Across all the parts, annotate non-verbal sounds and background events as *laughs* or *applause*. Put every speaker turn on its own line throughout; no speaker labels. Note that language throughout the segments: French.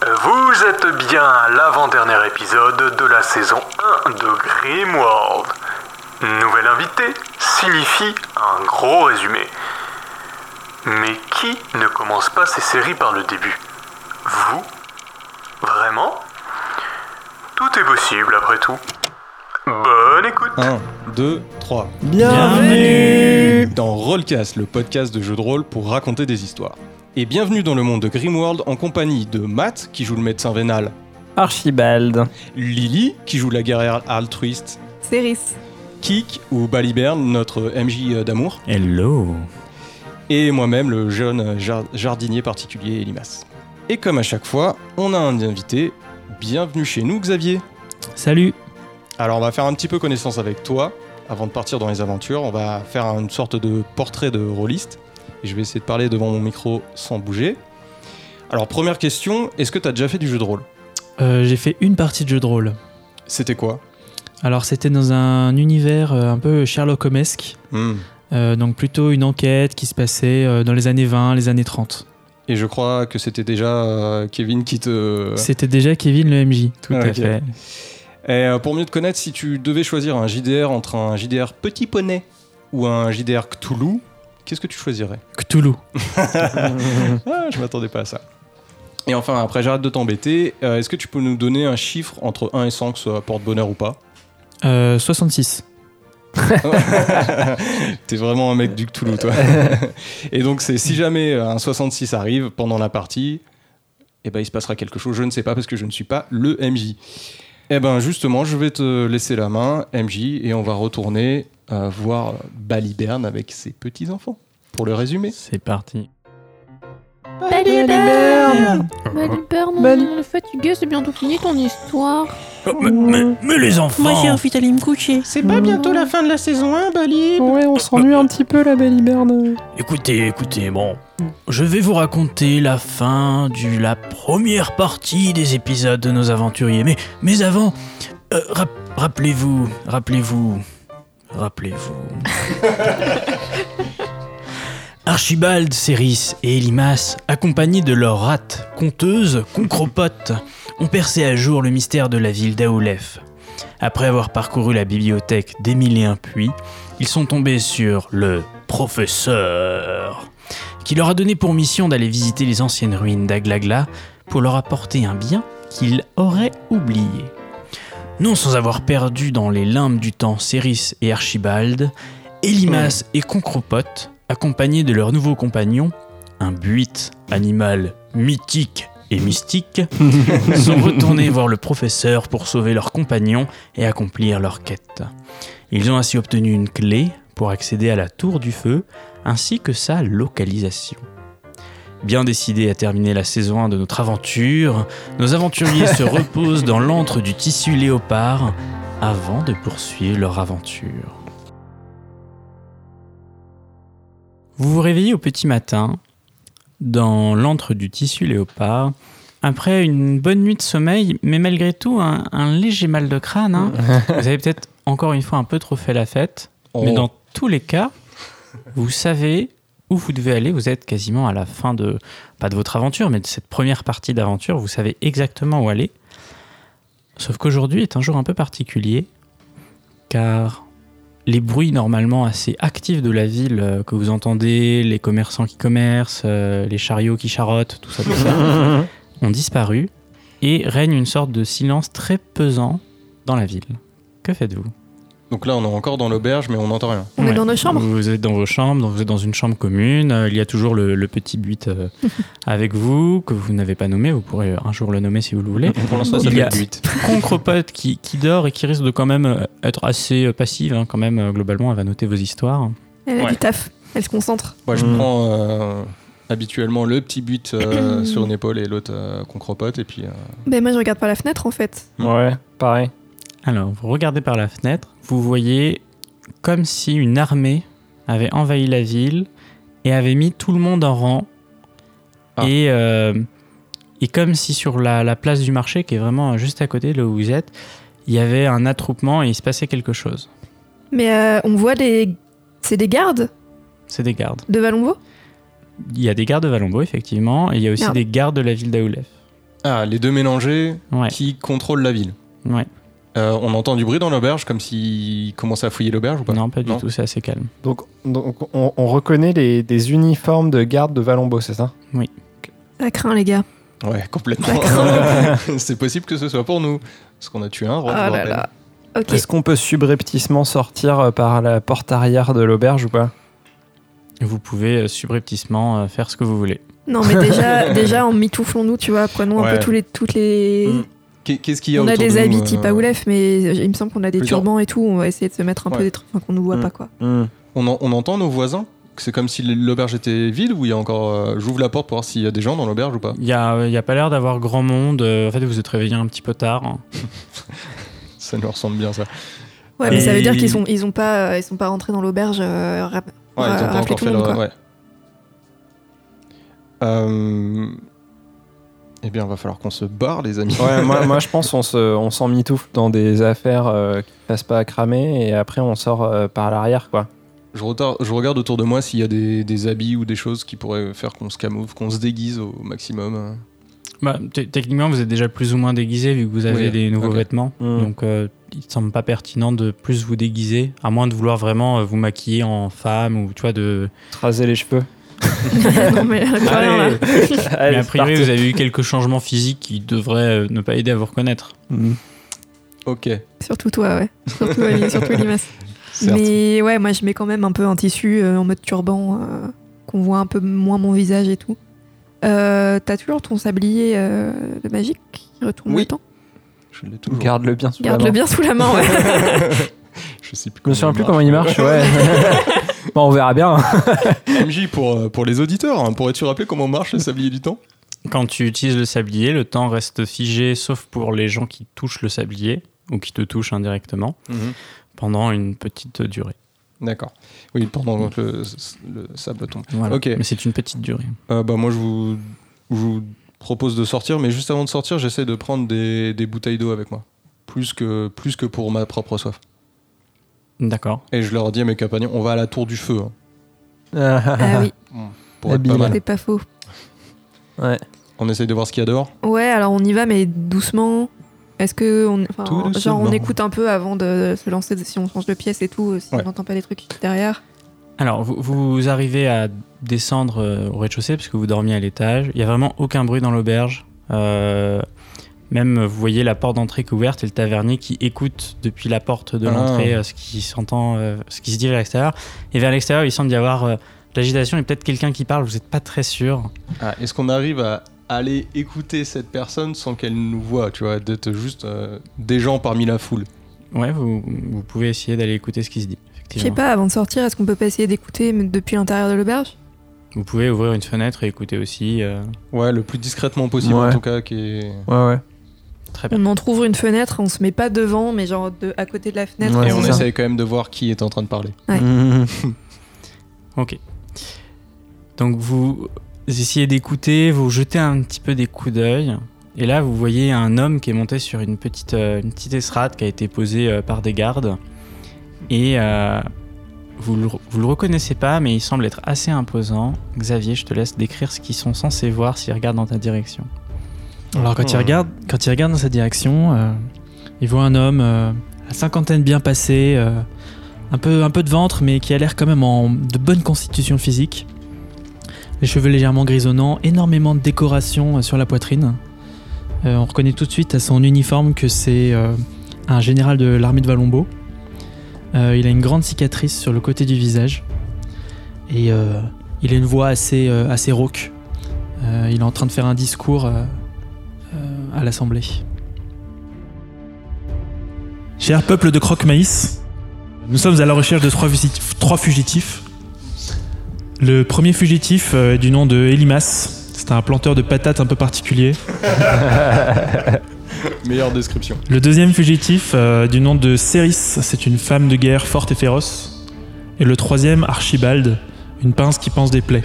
Vous êtes bien à l'avant-dernier épisode de la saison 1 de Grimworld. Nouvel invité signifie un gros résumé. Mais qui ne commence pas ses séries par le début Vous Vraiment Tout est possible après tout. Bonne écoute
1, 2, 3.
Bienvenue
Dans Rollcast, le podcast de jeux de rôle pour raconter des histoires. Et bienvenue dans le monde de Grimworld en compagnie de Matt, qui joue le médecin vénal,
Archibald.
Lily, qui joue la guerrière altruiste,
Céris.
Kik ou Baliberne, notre MJ d'amour,
Hello
et moi-même, le jeune euh, jar- jardinier particulier Elimas. Et comme à chaque fois, on a un invité. Bienvenue chez nous, Xavier.
Salut
Alors, on va faire un petit peu connaissance avec toi avant de partir dans les aventures. On va faire une sorte de portrait de rôliste. Et je vais essayer de parler devant mon micro sans bouger. Alors, première question est-ce que tu as déjà fait du jeu de rôle
Euh, j'ai fait une partie de jeu de rôle.
C'était quoi
Alors c'était dans un univers euh, un peu Sherlock Holmesque, euh, donc plutôt une enquête qui se passait euh, dans les années 20, les années 30.
Et je crois que c'était déjà euh, Kevin qui te.
C'était déjà Kevin le MJ.
Tout à fait. Et euh, pour mieux te connaître, si tu devais choisir un JDR entre un JDR Petit Poney ou un JDR Cthulhu, qu'est-ce que tu choisirais
Cthulhu.
Ah, je m'attendais pas à ça. Et enfin, après, j'arrête de t'embêter. Euh, Est-ce que tu peux nous donner un chiffre entre 1 et 100, que ça porte bonheur ou pas *laughs*
Euh, 66.
T'es vraiment un mec du Cthulhu, *laughs* toi. et donc, c'est si jamais euh, un 66 arrive pendant la partie, eh ben, il se passera quelque chose. Je ne sais pas parce que je ne suis pas le MJ. Eh ben, justement, je vais te laisser la main, MJ, et on va retourner euh, voir Baliberne avec ses petits-enfants. Pour le résumer.
C'est parti.
Baliberne Baliberne, le fatigué, c'est bientôt fini ton histoire.
mais, les enfants
Moi j'ai envie d'aller me coucher.
C'est pas bientôt la fin de la saison 1, Balib
Ouais, on s'ennuie un petit peu la baliberne.
Écoutez, écoutez, bon. Je vais vous raconter la fin de la première partie des épisodes de nos aventuriers. Mais, mais avant, euh, rap- rappelez-vous, rappelez-vous, rappelez-vous. Archibald, Céris et Elimas, accompagnés de leurs rates, conteuses, concropotes, ont percé à jour le mystère de la ville d'Aoulef. Après avoir parcouru la bibliothèque d'Émile et un puits, ils sont tombés sur le professeur, qui leur a donné pour mission d'aller visiter les anciennes ruines d'Aglagla pour leur apporter un bien qu'ils auraient oublié. Non sans avoir perdu dans les limbes du temps Céris et Archibald, Elimas et Concropote, accompagnés de leur nouveau compagnon, un buit animal mythique et mystique, sont retournés voir le professeur pour sauver leur compagnon et accomplir leur quête. Ils ont ainsi obtenu une clé pour accéder à la tour du feu ainsi que sa localisation. Bien décidés à terminer la saison 1 de notre aventure, nos aventuriers se reposent dans l'antre du tissu léopard avant de poursuivre leur aventure. Vous vous réveillez au petit matin dans l'antre du tissu léopard après une bonne nuit de sommeil, mais malgré tout un, un léger mal de crâne. hein. Vous avez peut-être encore une fois un peu trop fait la fête. Mais
On-
dans tous les cas, vous savez où vous devez aller. Vous êtes quasiment à la fin de, pas de votre aventure, mais de cette première partie d'aventure. Vous savez exactement où aller. Sauf qu'aujourd'hui est un jour un peu particulier, car les bruits normalement assez actifs de la ville euh, que vous entendez, les commerçants qui commercent, euh, les chariots qui charrotent, tout ça, tout ça, ont disparu et règne une sorte de silence très pesant dans la ville. Que faites-vous
Donc là, on est encore dans l'auberge, mais on n'entend rien.
On
Ouais.
est dans nos
Mm.
chambres.
Vous êtes dans vos chambres, donc vous êtes dans une chambre commune. euh, il y a toujours le, le petit but euh,
*laughs*
avec vous, que vous n'avez pas nommé. Vous pourrez un jour le nommer si vous
*laughs*
le voulez.
Pour l'instant, ça
Il
fait
y a-
le but.
Concrepote qui, qui dort et qui risque de quand même euh, être assez euh, passive, hein, quand même, euh, globalement. Elle va noter vos histoires.
Elle a
Ouais.
du taf. Elle se concentre.
Moi, je
Hmm.
prends euh, habituellement le petit but
*coughs*
euh, sur une épaule et l'autre euh, qu'on crepote, et puis. euh,
Ben moi je regarde par la fenêtre en fait.
Ouais, pareil. Alors, vous regardez par la fenêtre, vous voyez comme si une armée avait envahi la ville et avait mis tout le monde en rang.
Ah.
Et, euh, et comme si sur la, la place du marché, qui est vraiment juste à côté de là où vous êtes, il y avait un attroupement et il se passait quelque chose.
Mais euh, on voit des. C'est des gardes
C'est des gardes.
de Valonvo
Il y a des gardes de Valombo, effectivement, et il y a aussi
Merde.
des gardes de la ville d'Aoulef.
Ah, les deux mélangés
Ouais.
qui contrôlent la ville.
Ouais.
Euh, on entend du bruit dans l'auberge, comme s'ils commençaient à fouiller l'auberge ou pas
Non, pas du
Non.
tout, c'est assez calme.
Donc, donc on, on reconnaît les, des uniformes de garde de Valombo, c'est ça
Ça craint, les gars.
Ouais, complètement.
Ça craint.
*laughs* C'est possible que ce soit pour nous. Parce qu'on a tué un
oh
roi. je vous
là
rappelle.
là. Ok.
Est-ce qu'on peut subrepticement sortir euh, par la porte arrière de l'auberge ou pas
Vous pouvez euh, subrepticement euh, faire ce que vous voulez.
Non, mais
*laughs*
déjà, déjà en mitouflons-nous, tu vois. Prenons un
Ouais.
peu tous les, toutes les.
Mm. Qu'est- Qu'est-ce qu'il y a
on a
autour
des
de nous,
habits
euh,
type Aoulef, mais il me semble qu'on a des
plusieurs.
turbans et tout. On va essayer de se mettre un peu
Ouais.
des trucs enfin, qu'on nous voit
Mm.
pas, quoi.
on, en- on entend nos voisins C'est comme si l'auberge était vide ou il y a encore. euh, J'ouvre la porte pour voir s'il y a des gens dans l'auberge ou pas
Il n'y a, euh, il y a pas l'air d'avoir grand monde. euh, En fait, vous êtes réveillé un petit peu tard. hein.
Ça nous ressemble bien ça.
Ouais, mais ça veut
Et-
dire qu'ils sont, ils ont pas, euh, ils sont pas rentrés dans l'auberge. euh, rap- *laughs*
Ouais,
Ouais,
ils ont pas
rappeler
encore
tout
fait
le
leur.
monde, quoi.
Ouais. Euh... Eh bien, va falloir qu'on se barre, les amis. *laughs*
Ouais, moi, moi, je pense qu'on se- on s'en mitoufle dans des affaires euh, qui ne passent pas à cramer et après on sort euh, par l'arrière, quoi.
Je, retarde- je regarde autour de moi s'il y a des, des habits ou des choses qui pourraient faire qu'on se camoufle, qu'on se déguise au maximum. hein.
Bah, t- techniquement, vous êtes déjà plus ou moins déguisé vu que vous avez
Oui,
des nouveaux
ok.
vêtements.
Mm.
Donc, euh, il ne semble pas pertinent de plus vous déguiser, à moins de vouloir vraiment euh, vous maquiller en femme ou tu vois de.
Se raser les cheveux.
non, mais rien là.
*laughs* Allez,
Mais a
c'est
priori,
parti.
vous avez eu quelques changements physiques qui devraient euh, ne pas aider à vous reconnaître.
Mm.
Ok.
Surtout toi, ouais. Surtout,
*laughs*
Ali- surtout Limas.
Certes.
Mais ouais, moi je mets quand même un peu un tissu euh, en mode turban, euh, qu'on voit un peu moins mon visage et tout. Euh, T'as toujours ton sablier euh, de magique qui retourne
Oui.
le temps
Je l'ai toujours.
Garde-le bien sous la
Garde-le
main.
bien sous la main,
*laughs*
ouais.
Je sais plus
Je me souviens plus comment il marche, ouais. *laughs* bon, on verra bien.
MJ pour, euh, pour les auditeurs, hein, pourrais-tu rappeler comment marche le sablier du temps
Quand tu utilises le sablier, le temps reste figé, sauf pour les gens qui touchent le sablier ou qui te touchent indirectement,
Mhm.
pendant une petite durée.
D'accord. Oui, pendant que le, le sable tombe.
Voilà.
Ok.
Mais c'est une petite durée.
Euh, bah, moi, je vous, je vous propose de sortir, mais juste avant de sortir, j'essaie de prendre des, des bouteilles d'eau avec moi. Plus que, plus que pour ma propre soif.
D'accord.
Et je leur dis à mes compagnons, on va à la tour du feu. hein,
ah oui,
pour être
Habile.
pas mal.
c'est pas faux.
Ouais.
On essaye de voir ce qu'il y a dehors.
Ouais, alors on y va, mais doucement. Est-ce que on, enfin,
Tout
genre
doucement.
on écoute un peu avant de se lancer si on change de pièce et tout, euh, si
Ouais.
on n'entend pas les trucs derrière
Alors, vous, vous arrivez à descendre euh, au rez-de-chaussée parce que vous dormiez à l'étage. Il n'y a vraiment aucun bruit dans l'auberge. Euh, même, vous voyez la porte d'entrée qui est ouverte et le tavernier qui écoute depuis la porte de
Ah.
l'entrée euh, ce qui s'entend, euh, ce qui se dit vers l'extérieur. Et vers l'extérieur, il semble y avoir euh, de l'agitation et peut-être quelqu'un qui parle, vous n'êtes pas très sûr.
Ah, Est-ce qu'on arrive à aller écouter cette personne sans qu'elle nous voit, tu vois, d'être juste euh, des gens parmi la foule
Ouais, vous, vous pouvez essayer d'aller écouter ce qui se dit.
Je sais
Effectivement.
pas, avant de sortir, est-ce qu'on peut pas essayer d'écouter mais depuis l'intérieur de l'auberge
Vous pouvez ouvrir une fenêtre et écouter aussi. euh,
Ouais, le plus discrètement possible
Ouais.
en tout cas, qui est...
*laughs* Ouais, ouais.
très bien.
On entrouvre une fenêtre, on se met pas devant, mais genre de, à côté de la fenêtre.
Ouais,
Et on
c'est ça.
essaye quand même de voir qui est en train de parler.
Ouais.
Mm.
Ok. Donc vous essayez d'écouter, vous jetez un petit peu des coups d'œil. Et là, vous voyez un homme qui est monté sur une petite, euh, une petite estrade qui a été posée euh, par des gardes. Et euh, vous, le, vous le reconnaissez pas, mais il semble être assez imposant. Xavier, je te laisse décrire ce qu'ils sont censés voir s'ils regardent dans ta direction.
Alors quand il
Hmm.
regarde, quand il regarde dans sa direction, euh, il voit un homme euh, à cinquantaine bien passé, euh, un peu un peu de ventre, mais qui a l'air quand même en de bonne constitution physique. Les cheveux légèrement grisonnants, énormément de décorations euh, sur la poitrine. Euh, on reconnaît tout de suite à son uniforme que c'est euh, un général de l'armée de Valombo. Euh, il a une grande cicatrice sur le côté du visage et euh, il a une voix assez euh, assez rauque. Euh, il est en train de faire un discours. euh, euh, à l'Assemblée. Cher peuple de Croque-Maïs, nous sommes à la recherche de trois, fusi- trois fugitifs. Le premier fugitif euh, est du nom de Elimas. C'est un planteur de patates un peu particulier.
Meilleure description.
Le deuxième fugitif, euh, du nom de Céris, c'est une femme de guerre forte et féroce. Et le troisième, Archibald, une pince qui pense
*laughs*
des plaies.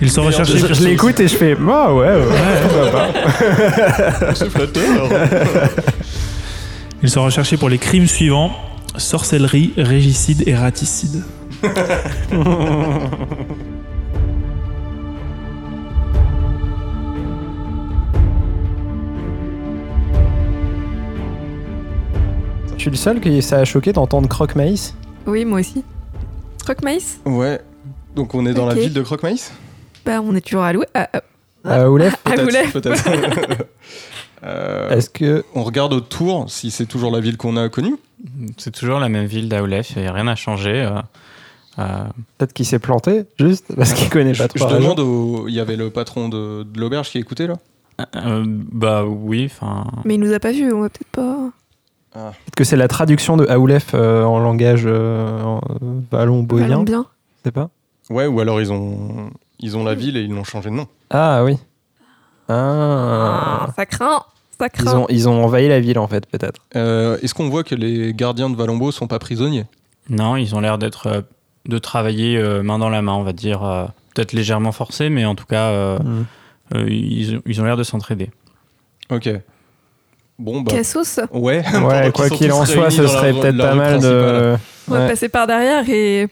Ils sont recherchés.
Ah. Je, je l'écoute et je *laughs* fais. Bah ouais, ouais.
C'est flatteur
Ils sont recherchés pour les crimes suivants sorcellerie, régicide et raticide.
je suis le seul que ça a choqué d'entendre croque-maïs
Oui, moi aussi. Croque maïs
Ouais. Donc on est dans
Ok.
la ville de Croque-Maïs
Bah, on est toujours à louer. Ah, ah,
euh, Oulef,
à Goulef.
peut-être. Euh,
est-ce que
on regarde autour si c'est toujours la ville qu'on a connue.
C'est toujours la même ville d'Aoulef, et rien n'a changé. euh, euh,
peut-être qu'il s'est planté juste parce qu'il connaît
Je,
pas
je
trop Rajon
demande au. Il y avait le patron de, de l'auberge qui écoutait là
euh, bah oui, enfin.
Mais il nous a pas vus, on va peut-être pas.
Peut-être que c'est la traduction de Aoulef euh, en langage euh, en- euh,
Allons
wallon-bohien,
bien.
je sais pas.
Ouais, ou alors ils ont. Ils ont la ville et ils l'ont changé de nom.
Ah oui. Ah.
Ah, ça craint, ça
Ils
craint.
ont, ils ont envahi la ville en fait, peut-être.
Euh, Est-ce qu'on voit que les gardiens de Valombo sont pas prisonniers
Non, ils ont l'air d'être. euh, de travailler euh, main dans la main, on va dire. euh, Peut-être légèrement forcé, mais en tout cas, euh,
Mm.
euh, ils, ont- ils ont l'air de s'entraider.
Ok. Bon bah.
Cassos,
Ouais, *laughs* *laughs* pendant
Ouais,
qu'ils
quoi
sont
qu'il
tous
en soit,
réunis
ce
dans la
serait
rue-
peut-être
la
pas
rue *laughs*
mal
principale.
de.
on va
Ouais.
passer par derrière et.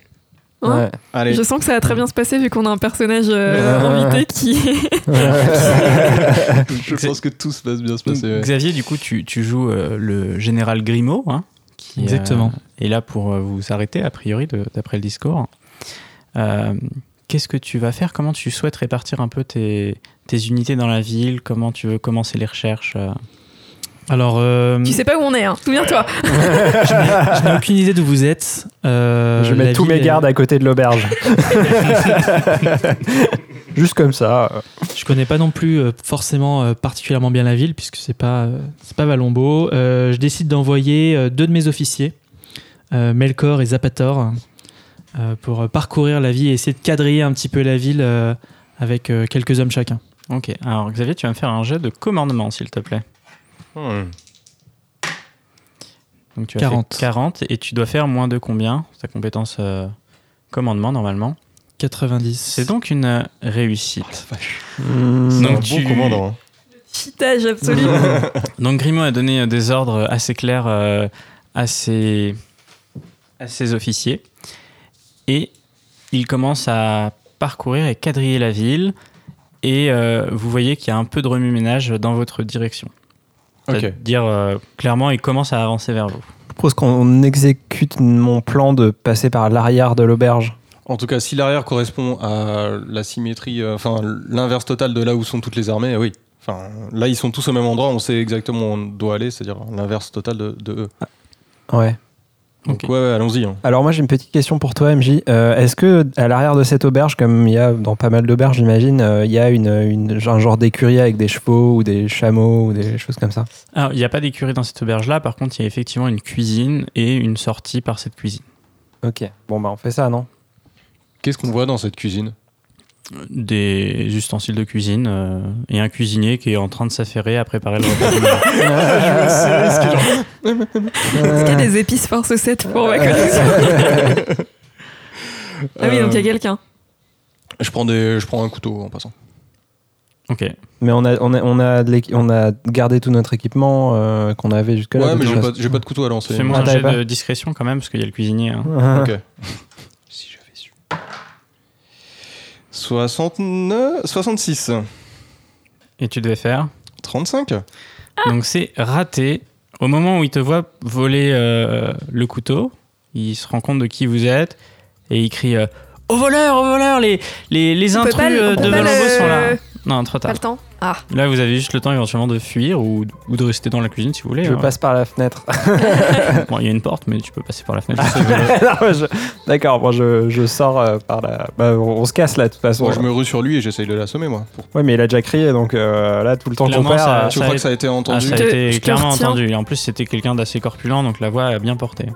Hein
Ouais.
Allez.
Je sens que ça va très bien se passer vu qu'on a un personnage euh, invité qui.
Je pense que tout se passe bien se passer. ouais.
Xavier, du coup, tu, tu joues euh, le général Grimaud, hein, qui euh,
Exactement.
est là pour euh, vous arrêter, a priori, de- d'après le discours. Euh, Qu'est-ce que tu vas faire Comment tu souhaites répartir un peu tes, tes unités dans la ville Comment tu veux commencer les recherches euh
Alors, euh, *laughs*
tu sais pas où on est, hein. Souviens-toi.
je n'ai aucune idée d'où vous êtes. Euh,
je
la
mets tous
ville
mes
est-
gardes à côté de l'auberge. *laughs* Juste comme ça.
Je connais pas non plus euh, forcément euh, particulièrement bien la ville puisque c'est pas euh, c'est pas Valombo. Euh, je décide d'envoyer euh, deux de mes officiers, euh, Melkor et Zapator, euh, pour euh, parcourir la ville et essayer de quadriller un petit peu la ville euh, avec euh, quelques hommes chacun.
Ok, alors Xavier, tu vas me faire un jet de commandement, s'il te plaît.
Hmm.
Donc tu as fait
40.
40 et tu dois faire moins de combien Ta compétence euh, commandement, normalement.
90.
C'est donc une euh, réussite.
C'est un
Donc
bon
tu-
commandant. hein.
Chitage absolu.
Donc Grimaud a donné euh, des ordres assez clairs euh, à, ses, à ses officiers. Et il commence à parcourir et quadriller la ville. Et euh, vous voyez qu'il y a un peu de remue-ménage dans votre direction.
Ok.
Dire clairement, il commence à avancer vers vous.
Je propose qu'on exécute mon plan de passer par l'arrière de l'auberge.
En tout cas, si l'arrière correspond à la symétrie, euh, enfin l'inverse total de là où sont toutes les armées, oui. Enfin, là, ils sont tous au même endroit, on sait exactement où on doit aller, c'est-à-dire l'inverse total de, de eux.
Ouais.
Donc,
Ok.
ouais, ouais, allons-y. hein.
Alors moi j'ai une petite question pour toi MJ. Euh, Est-ce que à l'arrière de cette auberge, comme il y a dans pas mal d'auberges j'imagine, euh, il y a une, une- un genre d'écurie avec des chevaux ou des chameaux ou des choses comme ça
Alors, il n'y a pas d'écurie dans cette auberge-là. Par contre, il y a effectivement une cuisine et une sortie par cette cuisine.
Ok. Bon bah on fait ça non
Qu'est-ce qu'on voit dans cette cuisine
Des ustensiles de cuisine euh, et un cuisinier qui est en train de s'affairer à préparer le repas. du matin.
Est-ce qu'il y a des épices force 7 pour ma collection
*laughs*
Ah oui, donc il y a quelqu'un.
Je prends, des, je prends un couteau en passant.
ok.
Mais on a, on a, on a, de l'équi- on a gardé tout notre équipement euh, qu'on avait jusque-là.
ouais,
de
mais
toute
j'ai pas,
façon.
j'ai pas de couteau à lancer.
Fais-moi
Ah,
un
t'avais
jet
pas
de discrétion quand même, parce qu'il y a le cuisinier. hein.
Ok. si j'avais su. 69, 66,
Et tu devais faire.
35.
Donc c'est raté. Au moment où il te voit voler euh, le couteau, il se rend compte de qui vous êtes et il crie euh, Au voleur, au voleur, les, les, les
On peut
intrus
pas le-
euh,
on peut
de
pas
Valombo
le-
sont là. Non, trop
Pas
tard.
le temps Ah,
Là, vous avez juste le temps éventuellement de fuir ou, ou de rester dans la cuisine si vous
*laughs*
voulez.
Je
hein.
passe par la fenêtre.
Bon, il y a une porte, mais tu peux passer par la fenêtre.
Non, mais je- D'accord, bon, je, je sors euh, par la. bah, on, on se casse là de toute façon.
Moi, je me rue sur lui et j'essaye de l'assommer, moi. Pour-
Ouais, mais il a déjà crié donc euh, là tout le temps qu'on
Clairement,
perd.
ça-
euh,
Je crois
a
que Ah, ça a été
Ah,
entendu.
ça a
Je te-
été
je te
clairement
retiens.
entendu. Et en plus, c'était quelqu'un d'assez corpulent, donc la voix a bien porté. Et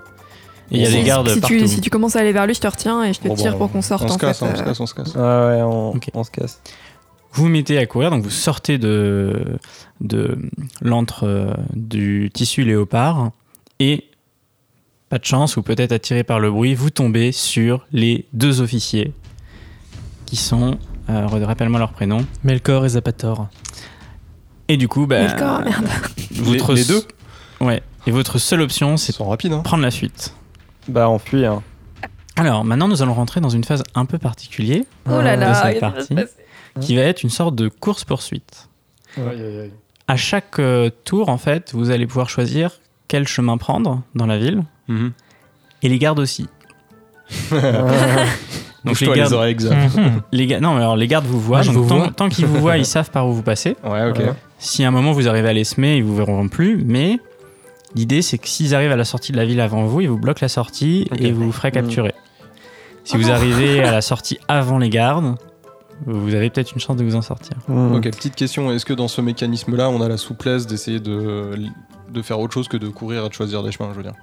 il y a
Si-
des gardes
si
partout.
tu, si tu commences à aller vers lui, je te retiens et je te
Bon,
tire
bah,
pour qu'on sorte
on
en
se casse,
fait.
hein, on se
euh,
casse, on se casse.
ouais, ouais, on,
Ok.
on se casse.
Vous vous mettez à courir, donc vous sortez de, de l'antre euh, du tissu léopard et, pas de chance, ou peut-être attiré par le bruit, vous tombez sur les deux officiers qui sont, euh, rappelle-moi leur prénom,
Melkor et Zapator.
et du coup, bah,
mais le corps, Euh, merde.
votre
Les- les deux
Ouais, et votre seule option,
euh,
Ils
c'est
sont rapides, hein.
prendre la fuite.
Bah on fuit. Hein.
Alors, maintenant, nous allons rentrer dans une phase un peu particulière,
Oh là
Ah, ça
là, il y a
part.
des choses passées.
qui va être une sorte de course-poursuite. À chaque euh, tour, en fait, vous allez pouvoir choisir quel chemin prendre dans la ville,
Mhm.
et les gardes aussi. Donc les
Bouge-toi les
gardes,
oreilles, Xa. *laughs*
Mhm.
les ga- non, mais alors les gardes vous voient,
Moi, je
donc
vous
tant,
vois.
tant qu'ils vous voient, ils savent par où vous passez.
Ouais, ok.
Si à un moment vous arrivez à les semer, ils vous verront plus, mais l'idée c'est que s'ils arrivent à la sortie de la ville avant vous, ils vous bloquent la sortie
Ok.
et vous vous ferez capturer. Si vous arrivez à la sortie avant les gardes, vous avez peut-être une chance de vous en sortir.
Hmm. *laughs*
Ok, petite question. Est-ce que dans ce mécanisme-là, on a la souplesse d'essayer de, de faire autre chose que de courir et de choisir des chemins, je veux dire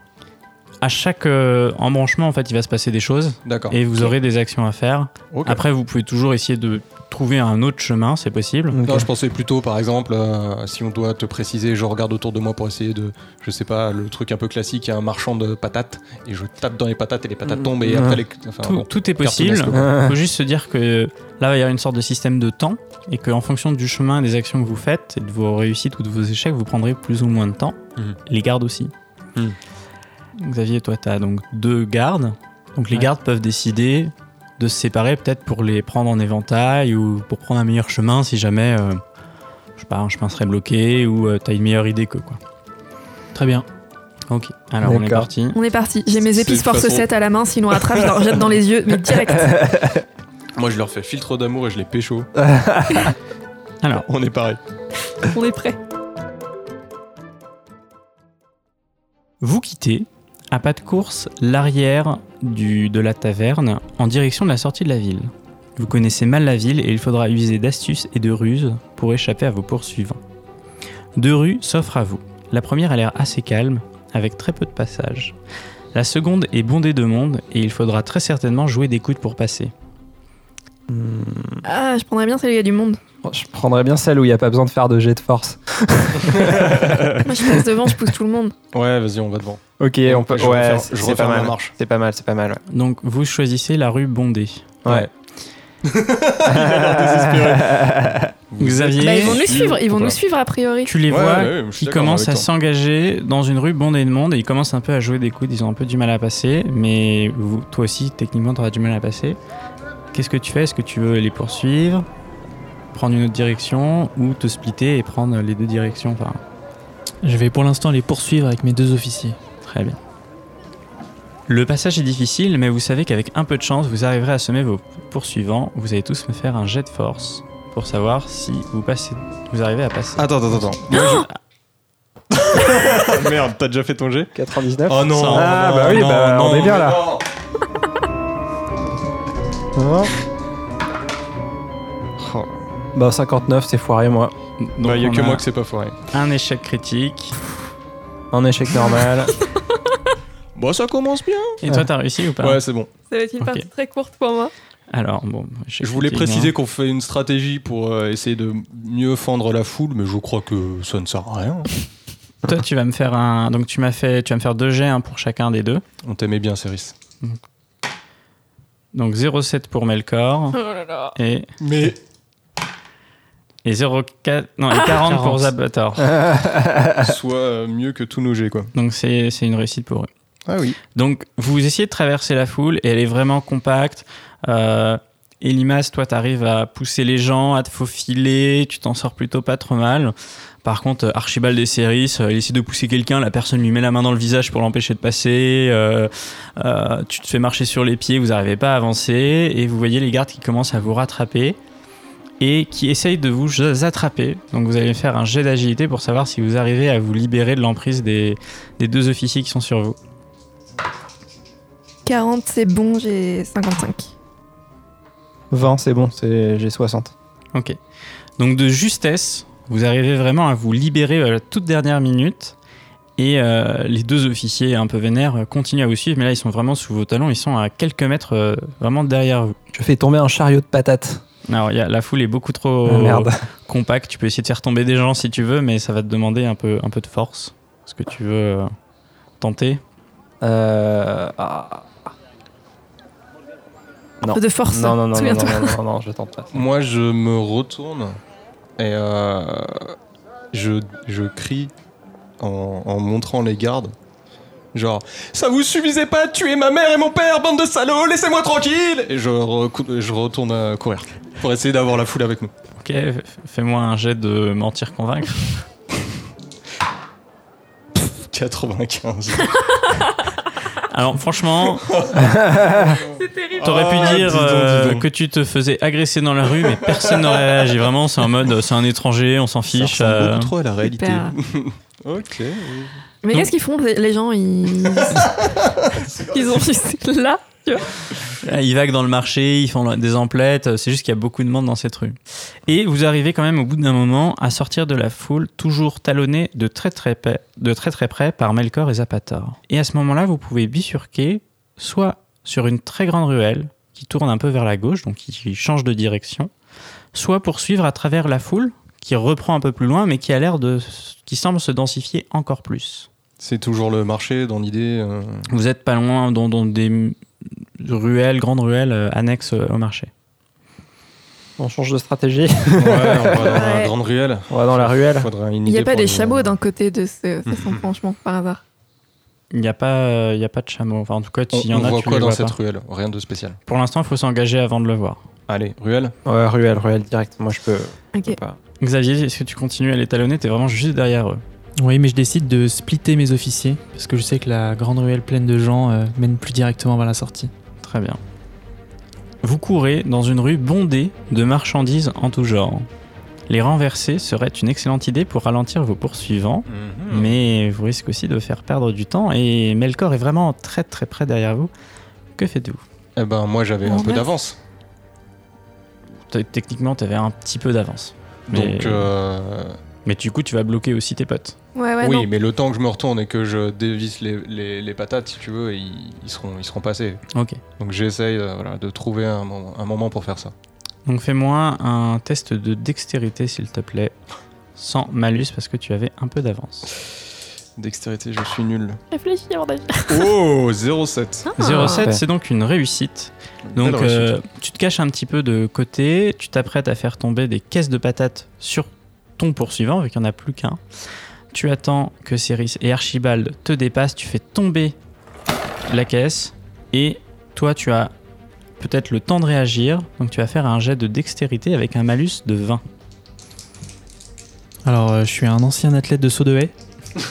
À chaque euh, embranchement, en fait, il va se passer des choses
D'accord.
et vous aurez des actions à faire.
Ah. Ok.
Après, vous pouvez toujours essayer de trouver un autre chemin, c'est possible.
Non, je pensais plutôt, par exemple, euh, si on doit te préciser, je regarde autour de moi pour essayer de, je sais pas, le truc un peu classique, il y a un marchand de patates, et je tape dans les patates et les patates tombent, et
Ouais.
après les... Enfin,
Mm. Tout,
bon.
tout est possible.
Cartoonesque,
*laughs*
Il faut juste se dire que là, il va y avoir une sorte de système de temps et qu'en fonction du chemin, des actions que vous faites, et de vos réussites ou de vos échecs, vous prendrez plus ou moins de temps.
Mm.
Mhm.
Les gardes aussi.
Mhm.
Xavier, toi, tu as donc deux gardes. Donc les
Ouais.
gardes peuvent décider de se séparer peut-être pour les prendre en éventail ou pour prendre un meilleur chemin si jamais euh, je sais pas, un chemin serait bloqué ou tu as une meilleure idée que quoi.
Très bien.
Ok, alors on est
D'accord.
parti.
On est parti. J'ai mes
C'est
épices
de
force
façon-
7 à la main, s'ils nous rattrapent, je leur jette dans les yeux, mais direct.
Moi, je leur fais filtre d'amour et je les pécho.
*laughs*
*laughs*
Alors.
on est pareil.
On est prêt.
Vous quittez, à pas de course, l'arrière du- de la taverne en direction de la sortie de la ville. Vous connaissez mal la ville et il faudra user d'astuces et de ruses pour échapper à vos poursuivants. Deux rues s'offrent à vous. La première a l'air assez calme, avec très peu de passages. La seconde est bondée de monde et il faudra très certainement jouer des coudes pour passer.
Ah, je prendrais bien celle où il y a du monde.
Je prendrais bien celle où il n'y a pas besoin de faire de jet de force.
Moi, je passe devant, je pousse tout le monde.
Ouais, vas-y, on va devant.
Ok, on peut.
Je
Ouais,
referme-
c'est
je
c'est pas
referme ma
mal.
marche.
C'est pas mal, c'est pas mal.
Donc vous choisissez la rue bondée.
Ouais. ouais. *laughs*
Xavier,
Bah, ils vont nous suivre, ils vont
Voilà.
nous suivre a priori.
tu les
Ouais,
vois
ouais, ouais, je suis
qui
d'accord
commencent à
avec toi.
s'engager dans une rue bondée de monde et ils commencent un peu à jouer des coudes, ils ont un peu du mal à passer, mais vous- toi aussi, techniquement, tu auras du mal à passer. Qu'est-ce que tu fais Est-ce que tu veux les poursuivre Prendre une autre direction ou te splitter et prendre les deux directions enfin,
Je vais pour l'instant les poursuivre avec mes deux officiers.
Très bien. Le passage est difficile, mais vous savez qu'avec un peu de chance, vous arriverez à semer vos poursuivants. Vous allez tous me faire un jet de force pour savoir si vous, passez, vous arrivez à passer.
Attends, attends, attends. *gasps* Moi, je- Oh, *laughs* Merde, t'as déjà fait ton jet
99
Oh non
Ah, bah oui, bah, on est bien, là. Hein Oh. Bah 59, c'est foiré moi.
Donc,
Bah, Il y a
on
que
a
moi que c'est pas foiré.
un échec critique.
Un échec *laughs* normal.
Bon, ça commence bien.
Et toi, t'as réussi ou pas
Bah, Ouais, c'est bon.
Ça va être une
Ok.
partie très courte pour moi.
Alors, bon,
Je voulais préciser qu'on fait une stratégie pour euh, essayer de mieux fendre la foule, mais je crois que ça ne sert à rien.
Toi, tu vas me faire un. Donc, tu m'as fait. Tu vas me faire deux jets, un pour chacun des deux.
On t'aimait bien, Céris.
Donc, 0,7 pour Melkor
Oh là là.
et,
Mais
et 0,4. Non, et
Ah,
40, pour
40.
Zabator.
soit euh, mieux que tous nos jets, quoi.
Donc, c'est c'est une réussite pour eux.
Ah oui.
Donc, vous essayez de traverser la foule et elle est vraiment compacte. Euh, Elimas, toi, t'arrives à pousser les gens, à te faufiler, tu t'en sors plutôt pas trop mal. Par contre, euh, Archibald des Céris, euh, il essaie de pousser quelqu'un, la personne lui met la main dans le visage pour l'empêcher de passer. euh, euh, tu te fais marcher sur les pieds, vous n'arrivez pas à avancer et vous voyez les gardes qui commencent à vous rattraper et qui essayent de vous attraper. Donc, vous allez faire un jet d'agilité pour savoir si vous arrivez à vous libérer de l'emprise des- des deux officiers qui sont sur vous.
40, c'est bon, j'ai 55.
20, c'est bon, c'est j'ai 60.
Ok. Donc de justesse, vous arrivez vraiment à vous libérer à la toute dernière minute. Et euh, les deux officiers un peu vénères euh, continuent à vous suivre, mais là ils sont vraiment sous vos talons, ils sont à quelques mètres euh, vraiment derrière vous.
Je fais tomber un chariot de patates.
Alors il y a- la foule est beaucoup trop
Ah, merde.
*laughs* compacte, tu peux essayer de faire tomber des gens si tu veux, mais ça va te demander un peu, un peu de force. Est-ce que tu veux euh, tenter
Euh... ah.
Un peu de force.
*laughs* Non, non, non, non, non,
Souviens-toi.
non, non, non, je tente pas.
Moi, je me retourne et euh, je, je crie en, en montrant les gardes. Genre, ça vous suffisait pas de tuer ma mère et mon père, bande de salauds, laissez-moi tranquille Et je, recou- je retourne à courir pour essayer d'avoir la foule avec nous.
Ok, f- fais-moi un jet de mentir-convaincre.
95.
Alors franchement,
C'est terrible.
*laughs* t'aurais
Ah,
pu dire
dis donc, dis
euh,
donc.
que tu te faisais agresser dans la rue, mais personne n'aurait réagi. Vraiment, c'est en mode, euh, c'est un étranger, on s'en fiche.
Ça ressemble
euh,
beaucoup trop à la réalité.
Super.
ok. oui.
Mais qu'est-ce qu'ils font Les gens, ils. ils ont juste là.
Ah, *laughs* Ils vaguent dans le marché, ils font des emplettes, euh, c'est juste qu'il y a beaucoup de monde dans cette rue. Et vous arrivez quand même au bout d'un moment à sortir de la foule, toujours talonné de très très, près- de très très près par Melkor et Zapator. Et à ce moment-là, vous pouvez bifurquer soit sur une très grande ruelle qui tourne un peu vers la gauche, donc qui- qui change de direction, soit poursuivre à travers la foule qui reprend un peu plus loin mais qui a l'air de qui semble se densifier encore plus.
C'est toujours le marché dans l'idée.
*laughs*
euh,
Vous êtes pas loin dans, dans des ruelles, grandes ruelles euh, annexes euh, au marché.
On change de stratégie.
Ouais, on va dans la
Ouais.
grande ruelle.
On va dans la ruelle.
Il
Il n'y a pas des
euh,
chameaux d'un côté de ce, ce son, franchement, par hasard.
Il n'y a, pas, euh, il y a pas de chameau. Enfin, en tout cas,
On,
s'il y en
on
a,
voit
tu les
quoi dans
vois
cette
pas.
ruelle Rien de spécial.
Pour l'instant, il faut s'engager avant de le voir.
Allez, ruelle.
Ouais, ruelle, ruelle direct. Moi, je peux, je peux
Ok.
pas.
Xavier, est-ce que tu continues à les talonner T'es vraiment juste derrière eux.
Oui, mais je décide de splitter mes officiers parce que je sais que la grande ruelle pleine de gens euh, mène plus directement vers la sortie.
Très bien. Vous courez dans une rue bondée de marchandises en tout genre. Les renverser serait une excellente idée pour ralentir vos poursuivants,
Mm. Mhm.
mais vous risquez aussi de faire perdre du temps et Melkor est vraiment très très près derrière vous. Que faites-vous
Eh ben, moi j'avais un
On
peu
reste.
d'avance.
T- Techniquement, t'avais un petit peu d'avance. Mais-
Donc, euh,
Mais du coup, tu vas bloquer aussi tes potes.
Ouais, ouais,
oui,
non.
mais le temps que je me retourne et que je dévisse les, les- les patates, si tu veux, ils, ils seront, ils seront passés.
Ok.
Donc j'essaye euh, voilà, de trouver un, moment- un moment pour faire ça.
Donc fais-moi un test de dextérité, s'il te plaît. Sans malus, parce que tu avais un peu d'avance.
Dextérité, je suis nul.
Réfléchis avant d'agir.
Oh, 07.
Hein Ah.
07, c'est donc une réussite. Donc
Belle réussite.
euh, tu te caches un petit peu de côté, tu t'apprêtes à faire tomber des caisses de patates sur ton poursuivant, vu qu'il n'y en a plus qu'un. Tu attends que Céris et Archibald te dépassent, tu fais tomber la caisse, et toi tu as peut-être le temps de réagir, donc tu vas faire un jet de dextérité avec un malus de 20.
Alors, euh, je suis un ancien athlète de saut de
*laughs*
haie.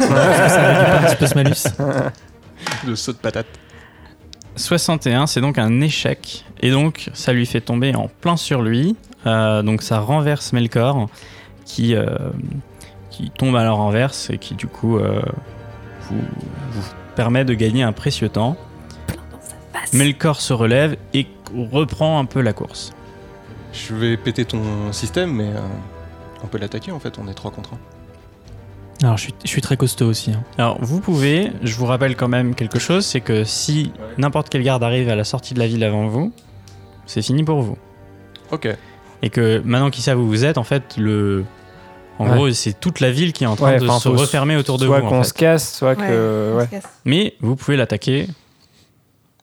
Un petit peu ce malus.
Le saut de patate.
61, c'est donc un échec. Et donc, ça lui fait tomber en plein sur lui. Euh, donc, ça renverse Melkor, qui, euh, qui tombe à la renverse et qui, du coup, euh, vous, vous permet de gagner un précieux temps.
face.
Melkor se relève et reprend un peu la course.
Je vais péter ton système, mais euh, on peut l'attaquer en fait, on est 3 contre 1.
Alors, je suis, je suis très costaud aussi. hein.
Alors, vous pouvez, je vous rappelle quand même quelque chose c'est que si n'importe quel garde arrive à la sortie de la ville avant vous, c'est fini pour vous.
Ok.
et que maintenant qu'ils savent où vous êtes, en fait, le. En
Ouais.
gros, c'est toute la ville qui est en train
Ouais,
de
enfin,
se
faut
refermer autour de vous.
soit
en
qu'on
fait.
se casse, soit que.
*laughs*
Ouais.
Mais vous pouvez l'attaquer.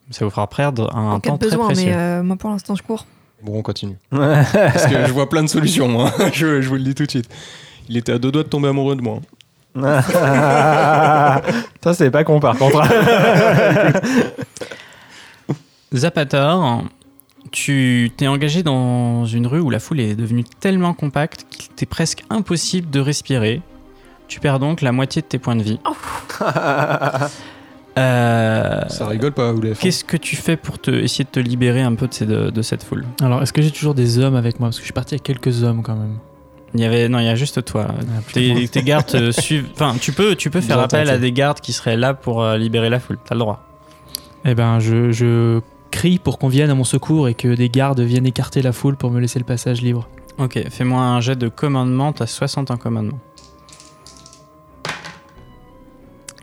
Ça vous fera perdre un
En cas
temps
de
très
besoin,
précieux.
mais euh, moi pour l'instant je cours. *laughs*
Bon, on *laughs* continue. Parce que je vois plein de solutions, moi. *laughs* Je, je vous le dis tout de suite. Il était à deux doigts de tomber amoureux de moi.
Ça, c'est pas
*laughs*
con par contre. *laughs*
Zapator, tu t'es engagé dans une rue où la foule est devenue tellement compacte qu'il t'est presque impossible de respirer. Tu perds donc la moitié de tes points de vie. Euh,
Ça rigole pas, Oulef.
Qu'est-ce que tu fais pour te, essayer de te libérer un peu de, ces- de- de cette foule
Alors, est-ce que j'ai toujours des hommes avec moi Parce que je suis parti avec quelques hommes quand même.
Il y avait non, il y a juste toi.
Ah, plus ou moins.
Tes, tes gardes euh, *laughs* suivent. Enfin, tu peux, tu peux faire
Bien
appel
tenté.
à des gardes qui seraient là pour euh, libérer la foule. T'as le droit.
Eh ben, je, je crie pour qu'on vienne à mon secours et que des gardes viennent écarter la foule pour me laisser le passage libre.
Ok, fais-moi un jet de commandement. T'as 60 en commandement.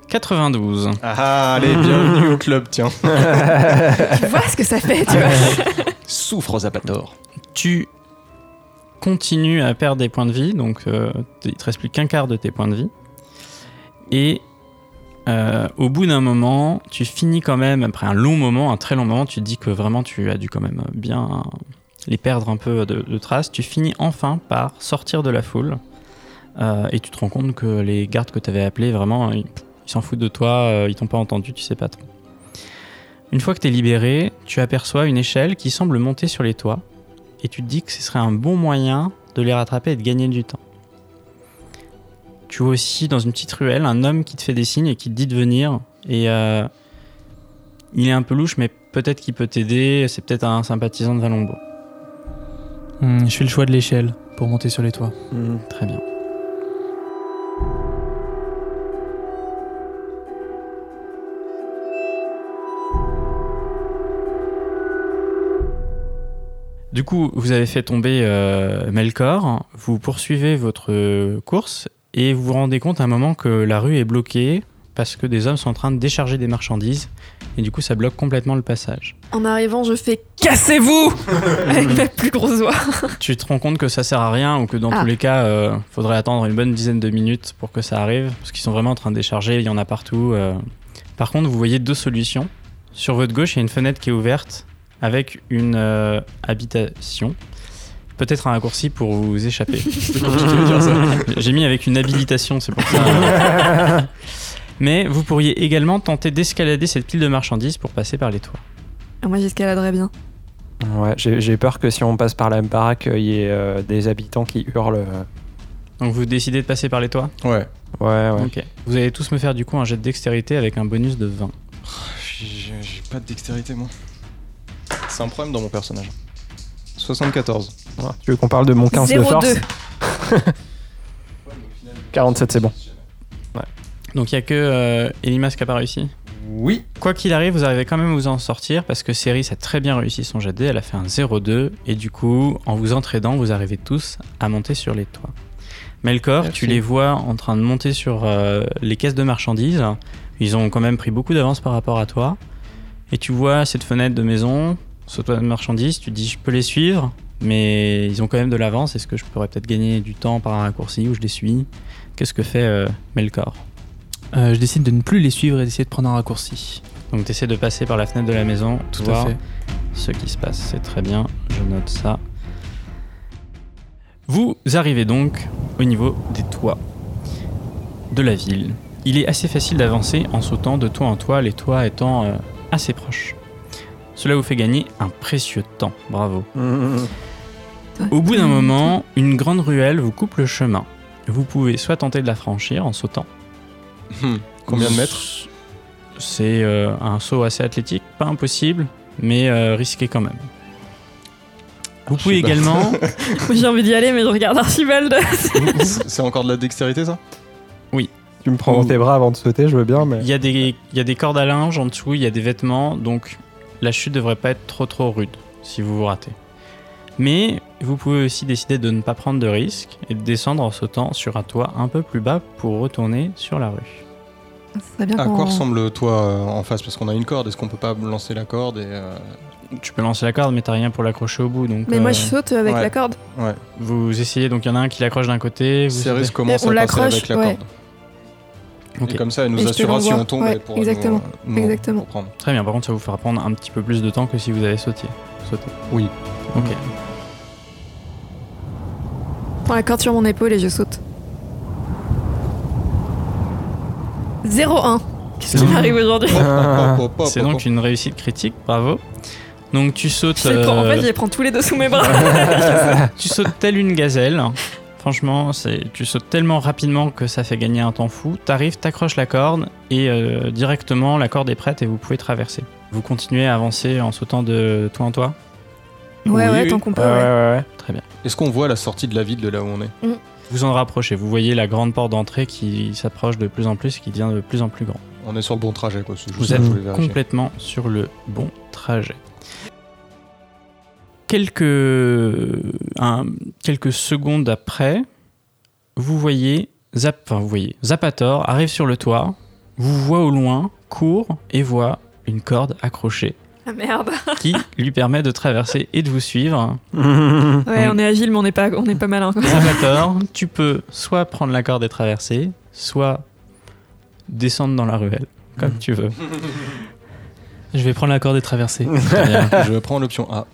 92.
Ah, *laughs* allez, bienvenue au club, tiens.
tu vois ce que ça fait, tu vois.
Souffre, Zapator.
Tu continues à perdre des points de vie, donc euh, t- il te reste plus qu'un quart de tes points de vie. Et euh, au bout d'un moment, tu finis quand même, après un long moment, un très long moment, tu te dis que vraiment tu as dû quand même bien les perdre un peu de, de traces. Tu finis enfin par sortir de la foule euh, et tu te rends compte que les gardes que tu avais appelés, vraiment, ils ils s'en foutent de toi, euh, ils t'ont pas entendu, tu sais pas trop. Une fois que tu es libéré, tu aperçois une échelle qui semble monter sur les toits et tu te dis que ce serait un bon moyen de les rattraper et de gagner du temps. Tu vois aussi dans une petite ruelle un homme qui te fait des signes et qui te dit de venir. Et euh, il est un peu louche, mais peut-être qu'il peut t'aider. C'est peut-être un sympathisant de Valombo.
Hmm, je fais le choix de l'échelle pour monter sur les toits.
Très bien. Du coup, vous avez fait tomber euh, Melkor, vous poursuivez votre euh, course et vous vous rendez compte à un moment que la rue est bloquée parce que des hommes sont en train de décharger des marchandises et du coup ça bloque complètement le passage.
En arrivant, je fais Cassez-vous *laughs* Avec ma plus grosse voix.
Tu te rends compte que ça sert à rien ou que dans
Ah.
tous les cas, euh, faudrait attendre une bonne dizaine de minutes pour que ça arrive parce qu'ils sont vraiment en train de décharger, il y en a partout. euh. Par contre, vous voyez deux solutions. Sur votre gauche, il y a une fenêtre qui est ouverte avec une euh, habitation. Peut-être un raccourci pour vous échapper. J'ai mis avec une habilitation, c'est pour ça. Mais vous pourriez également tenter d'escalader cette pile de marchandises pour passer par les toits.
Ah, Moi, j'escaladerais bien.
Ouais, j'ai j'ai peur que si on passe par la baraque, il y ait euh, des habitants qui hurlent. euh.
Donc vous décidez de passer par les toits
Ouais.
Ouais,
Mm.
ouais.
Ok. Vous allez tous me faire du coup un jet de dextérité avec un bonus de 20.
J'ai j'ai pas de dextérité, moi. C'est un problème dans mon personnage. 74.
Ouais, Tu veux qu'on parle de mon 15 de force
02.
47, c'est bon.
Donc il n'y a que euh, Elimas qui n'a pas réussi
Oui.
Quoi qu'il arrive, vous arrivez quand même à vous en sortir parce que Ceris a très bien réussi son jet de dés, elle a fait un 0-2 et du coup, en vous entraînant, vous arrivez tous à monter sur les toits. Melkor,
Merci.
tu les vois en train de monter sur euh, les caisses de marchandises. Ils ont quand même pris beaucoup d'avance par rapport à toi. Et tu vois cette fenêtre de maison, ce toit de marchandises, tu te dis je peux les suivre, mais ils ont quand même de l'avance. Est-ce que je pourrais peut-être gagner du temps par un raccourci où je les suis Qu'est-ce que fait euh, Melkor
Euh, je décide de ne plus les suivre et d'essayer de prendre un raccourci.
Donc tu essaies de passer par la fenêtre de la maison,
Tout
voir
à fait.
ce qui se passe. C'est très bien, je note ça. Vous arrivez donc au niveau des toits de la ville. Il est assez facile d'avancer en sautant de toit en toit, les toits étant euh, assez proches. Cela vous fait gagner un précieux temps, bravo.
Mm.
Au bout d'un moment, une grande ruelle vous coupe le chemin. Vous pouvez soit tenter de la franchir en sautant.
Combien de *laughs* mètres
C'est euh, un saut assez athlétique, pas impossible, mais euh, risqué quand même. Vous pouvez
sais pas.
également
*laughs* J'ai envie d'y aller, mais je regarde *laughs* Archibald.
C'est c'est encore de la dextérité, ça
*laughs* Tu me prends dans
Ouh.
tes bras avant de sauter, je veux bien, mais.
Il y, a des, il y a des cordes à linge en dessous, il y a des vêtements, donc la chute devrait pas être trop trop rude si vous vous ratez. Mais vous pouvez aussi décider de ne pas prendre de risques et de descendre en sautant sur un toit un peu plus bas pour retourner sur la rue.
Ça serait bien
À
qu'on-
quoi ressemble le toit euh, en face Parce qu'on a une corde, est-ce qu'on peut pas lancer la corde et euh,
Tu peux lancer la corde, mais t'as rien pour l'accrocher au bout, donc
Mais
euh,
moi, je saute avec
ouais.
la corde.
vous essayez. Donc il y en a un qui l'accroche d'un côté. Vous
Cérès commence
on
à passer
l'accroche,
avec la
ouais.
corde
Ok.
Et comme ça, elle nous
Et je te
assurera si
l'envoie.
on tombe
Ouais,
elle pourra nous-
exactement.
nous- nous
Exactement.
*laughs* prendre.
Très bien, par contre, ça vous fera prendre un petit peu plus de temps que si vous avez sauté. sauté.
Oui.
Ok.
Prends la corde sur mon épaule et je saute. 0-1. Qu'est-ce qui m'arrive aujourd'hui
Ah.
Hop, hop, hop,
C'est
hop,
donc
hop.
une réussite critique, bravo. Donc tu sautes.
Je les prends- En
euh,
fait, je les prends tous les deux sous mes bras.
*laughs* Tu sautes telle une gazelle. Franchement, c'est tu sautes tellement rapidement que ça fait gagner un temps fou. T'arrives, t'accroches la corde et euh, directement la corde est prête et vous pouvez traverser. Vous continuez à avancer en sautant de toi en toi.
Ouais,
Oui,
ouais,
oui.
tant qu'on peut.
Ouais, ouais,
ouais.
ouais. ouais.
Très bien.
Est-ce qu'on voit la sortie de la ville de là où on est
Vous en rapprochez. Vous voyez la grande porte d'entrée qui s'approche de plus en plus, et qui devient de plus en plus grande.
On est sur le bon trajet, quoi. c'est juste
Vous
ça que je voulais
êtes
vérifier.
complètement sur le bon trajet. Quelques, un- quelques secondes après, vous voyez, Zap, enfin, vous voyez Zapator arrive sur le toit, vous voit au loin, court et voit une corde accrochée
Ah merde.
qui lui permet de traverser et de vous suivre.
Ouais,
Donc-
on est agile, mais on n'est pas, on n'est pas malin. quoi.
Zapator, tu peux soit prendre la corde et traverser, soit descendre dans la ruelle, comme tu veux.
Je vais prendre la corde et traverser.
Très
*laughs*
bien.
Je prends l'option A.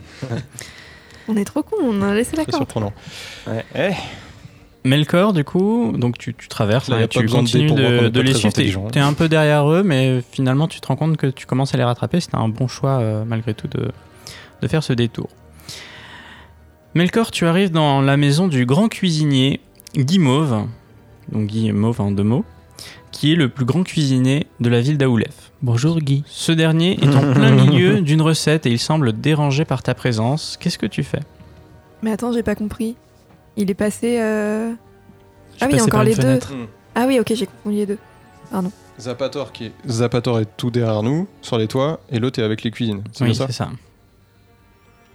On est trop con, on a laissé la
Très
corde.
surprenant.
Melkor, du coup, donc tu, tu traverses,
Là,
hein,
y a pas
tu
besoin de dés
continues
pour voir qu'on
de,
est
de
pas
les
très
suivre. T'es-
intelligent.
T'es un peu derrière eux, mais finalement, tu te rends compte que tu commences à les rattraper. C'était un bon choix, euh, malgré tout, de, de faire ce détour. Melkor, tu arrives dans la maison du grand cuisinier Guimauve, donc Guy Mauve en deux mots, qui est le plus grand cuisinier de la ville d'Aoulef.
Bonjour Guy.
Ce dernier est en
*laughs*
plein milieu d'une recette et il semble dérangé par ta présence. Qu'est-ce que tu fais
Mais attends, j'ai pas compris. Il est passé. euh,
Je
Ah oui,
passais
encore
par une
les deux.
fenêtre. Hmm.
Ah oui, ok, j'ai compris les deux.
Zapator qui est... Zapator est tout derrière nous, sur les toits, et l'autre est avec les cuisines. C'est
Oui,
bien ça
c'est ça.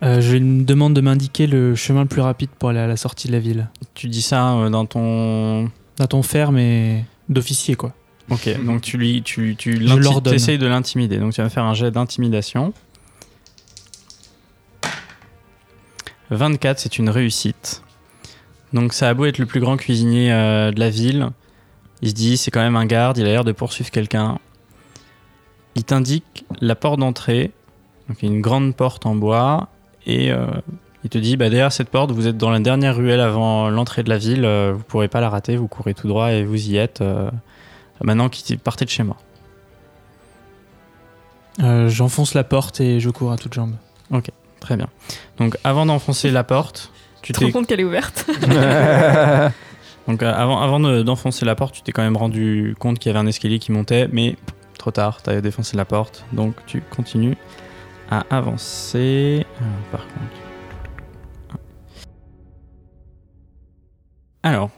Euh, je me demande de m'indiquer le chemin le plus rapide pour aller à la sortie de la ville.
Tu dis ça euh, dans ton...
D'un ton ferme et d'officier, quoi.
Ok, donc tu lui... Tu, tu
Je l'ordonne.
essayes de l'intimider. Donc tu vas me faire un jet d'intimidation. 24, c'est une réussite. Donc ça a beau être le plus grand cuisinier euh, de la ville. Il se dit, c'est quand même un garde, il a l'air de poursuivre quelqu'un. Il t'indique la porte d'entrée, donc une grande porte en bois, et euh, il te dit, bah, derrière cette porte, vous êtes dans la dernière ruelle avant l'entrée de la ville, euh, vous pourrez pas la rater, vous courez tout droit et vous y êtes. euh, maintenant, quittez- partez de chez moi.
Euh, J'enfonce la porte et je cours à toutes jambes.
Très bien. Donc avant d'enfoncer la porte, tu
Tu te rends
t'es
compte qu'elle est ouverte
donc euh, avant avant de- d'enfoncer la porte, tu t'es quand même rendu compte qu'il y avait un escalier qui montait, mais trop tard, tu as défoncé la porte, donc tu continues à avancer. Alors, par contre, alors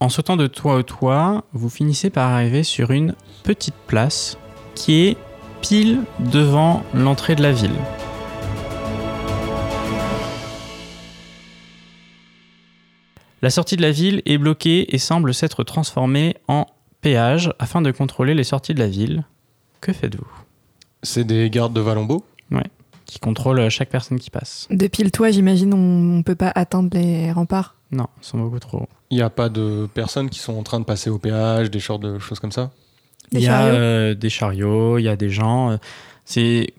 en sautant de toit au toit, vous finissez par arriver sur une petite place qui est pile devant l'entrée de la ville. La sortie de la ville est bloquée et semble s'être transformée en péage afin de contrôler les sorties de la ville. Que faites-vous
C'est des gardes de Valombo.
Qui contrôle euh, chaque personne qui passe
*laughs* Depuis le toit, j'imagine, on on peut pas atteindre les remparts.
Non, ils sont beaucoup trop.
Il n'y a pas de personnes qui sont en train de passer au péage, des genres de choses comme ça.
Des
il y a
chariots.
euh, des chariots, il y a des gens. euh, C'est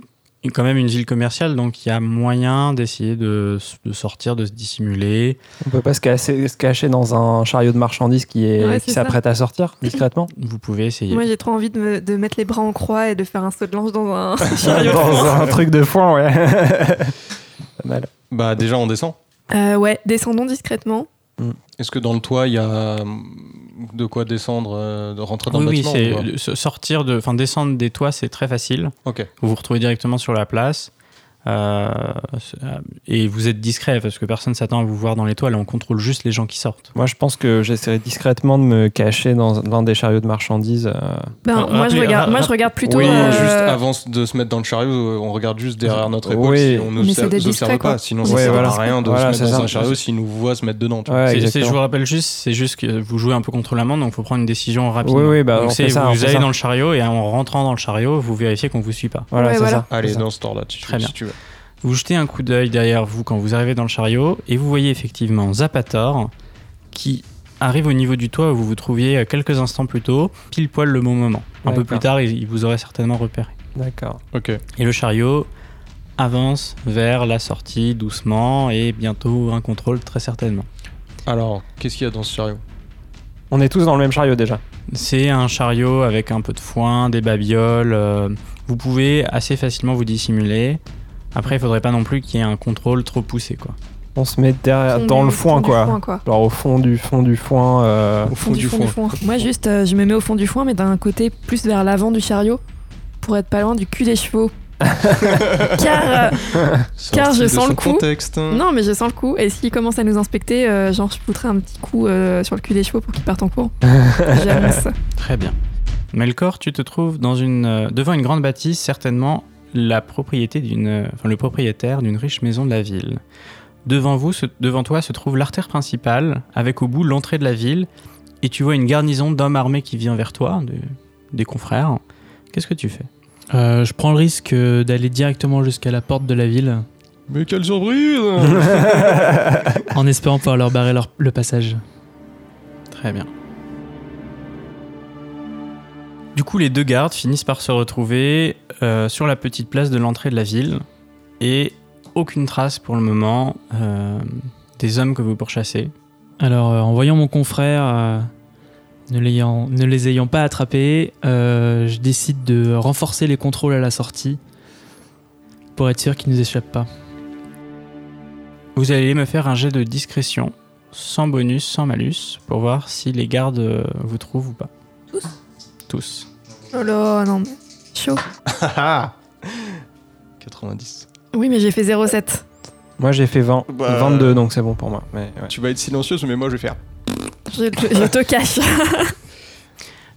quand même une ville commerciale, donc il y a moyen d'essayer de, de sortir, de se dissimuler.
On peut pas se casser- se cacher dans un chariot de marchandises qui est-
Ouais,
qui
c'est ça.
s'apprête à sortir
*laughs*
discrètement.
Vous pouvez essayer.
Moi, j'ai trop envie de, me- de mettre les bras en croix et de faire un saut de l'ange dans un.
dans un truc de foin, ouais. *laughs* Pas mal.
Bah déjà on descend.
*laughs* Euh, ouais, descendons discrètement.
Est-ce que dans le toit il y a hum, de quoi descendre, euh, de rentrer dans
oui,
le
oui,
bâtiment
c'est
ou pas
le- se- sortir de, enfin descendre des toits, c'est très facile.
Ok.
Vous vous retrouvez directement sur la place. euh, c'est- euh, et vous êtes discret parce que personne s'attend à vous voir dans les toiles. On contrôle juste les gens qui sortent.
Moi, je pense que j'essaierai discrètement de me cacher dans l'un des chariots de marchandises. euh,
Ben,
Ah,
moi, je
rappelez-
regarde, moi, je
rappelez-
regarde plutôt.
oui,
euh,
juste avant de se mettre dans le chariot, on regarde juste derrière notre épaule
Oui.
si on ne
Mais
nous
c'est des
observe
discrets,
pas.
quoi.
Sinon,
Oui,
ça
c'est
sert
des
à
discrets.
rien de
Voilà,
se
c'est
mettre dans
ça.
un chariot s'ils nous voient se mettre dedans. tu vois.
ouais,
C'est- c'est-
exactement.
je vous rappelle juste, c'est juste que vous jouez un peu contre la montre, donc il faut prendre une décision rapidement.
Oui, oui, bah, on
Donc c'est-
fait ça, on
vous
fait
allez
ça.
dans le chariot et en rentrant dans le chariot, vous vérifiez qu'on vous suit pas.
Voilà,
Ouais,
c'est
voilà.
ça.
Allez,
c'est ça.
dans ce temps-là, tu,
Très
si
bien.
tu veux.
Vous jetez un coup d'œil derrière vous quand vous arrivez dans le chariot et vous voyez effectivement Zapator qui arrive au niveau du toit où vous vous trouviez quelques instants plus tôt, pile poil le bon moment. Un peu
D'accord.
plus tard, il il vous aurait certainement repéré.
D'accord.
Ok.
Et le chariot avance vers la sortie doucement et bientôt un contrôle très certainement.
Alors, qu'est-ce qu'il y a dans ce chariot
On est tous dans le même chariot déjà.
C'est un chariot avec un peu de foin, des babioles. euh, vous pouvez assez facilement vous dissimuler. Après, il faudrait pas non plus qu'il y ait un contrôle trop poussé, quoi.
On se met derrière,
fond
dans
du-
le
fond
foin,
du
quoi. Genre au fond du fond du foin. euh,
Au fond du
fond
fond.
Moi, juste, euh, je me mets au fond du foin, mais d'un côté plus vers l'avant du chariot, pour être pas loin du cul
*laughs*
des chevaux. Car, euh,
C'est un
Car je
style de
sens
son
le coup.
contexte. hein.
non, mais je sens le coup. Et s'ils commencent à nous inspecter, euh, genre, je foutrais un petit coup euh, sur le cul des chevaux pour qu'ils partent en
*laughs*
courant. J'annonce.
Très bien. Melkor, tu te trouves dans une, euh, devant une grande bâtisse, certainement la propriété d'une, euh, enfin, le propriétaire d'une riche maison de la ville. Devant, vous, se- devant toi se trouve l'artère principale, avec au bout l'entrée de la ville, et tu vois une garnison d'hommes armés qui vient vers toi, de- des confrères. Qu'est-ce que tu fais
Euh, je prends le risque euh, d'aller directement jusqu'à la porte de la ville
Mais quelle *laughs* surprise
en espérant pouvoir leur barrer leur- le passage.
Très bien. Du coup, les deux gardes finissent par se retrouver euh, sur la petite place de l'entrée de la ville et aucune trace pour le moment euh, des hommes que vous pourchassez.
Alors, euh, en voyant mon confrère, euh, ne, l'ayant- ne les ayant pas attrapés, euh, je décide de renforcer les contrôles à la sortie pour être sûr qu'ils ne nous échappent pas.
Vous allez me faire un jet de discrétion sans bonus, sans malus, pour voir si les gardes euh, vous trouvent ou pas.
Tous
Tous.
Oh là, non, mais chaud.
90.
Oui, mais j'ai fait 0,7.
Moi, j'ai fait 20,
Bah.
22, donc c'est bon pour moi. Mais, ouais.
Tu vas être silencieuse, mais moi je vais faire.
Je, je- je te cache.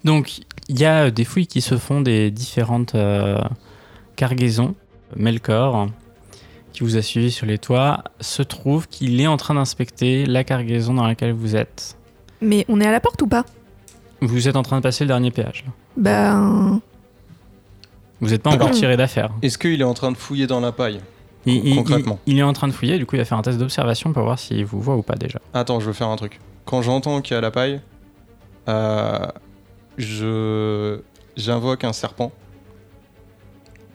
Donc, il y a euh, des fouilles qui se font des différentes euh, cargaisons. Melkor, qui vous a suivi sur les toits, se trouve qu'il est en train d'inspecter la cargaison dans laquelle vous êtes.
mais on est à la porte ou pas
Vous êtes en train de passer le dernier péage. là.
Ben.
Vous n'êtes pas encore
D'accord.
tiré d'affaire.
Est-ce qu'il est en train de fouiller dans la paille
Il, il-
Concrètement.
il- il est en train de fouiller, du coup, il va faire un test d'observation pour voir s'il vous voit ou pas déjà.
Attends, je veux faire un truc. Quand j'entends qu'il y a la paille, euh, je j'invoque un serpent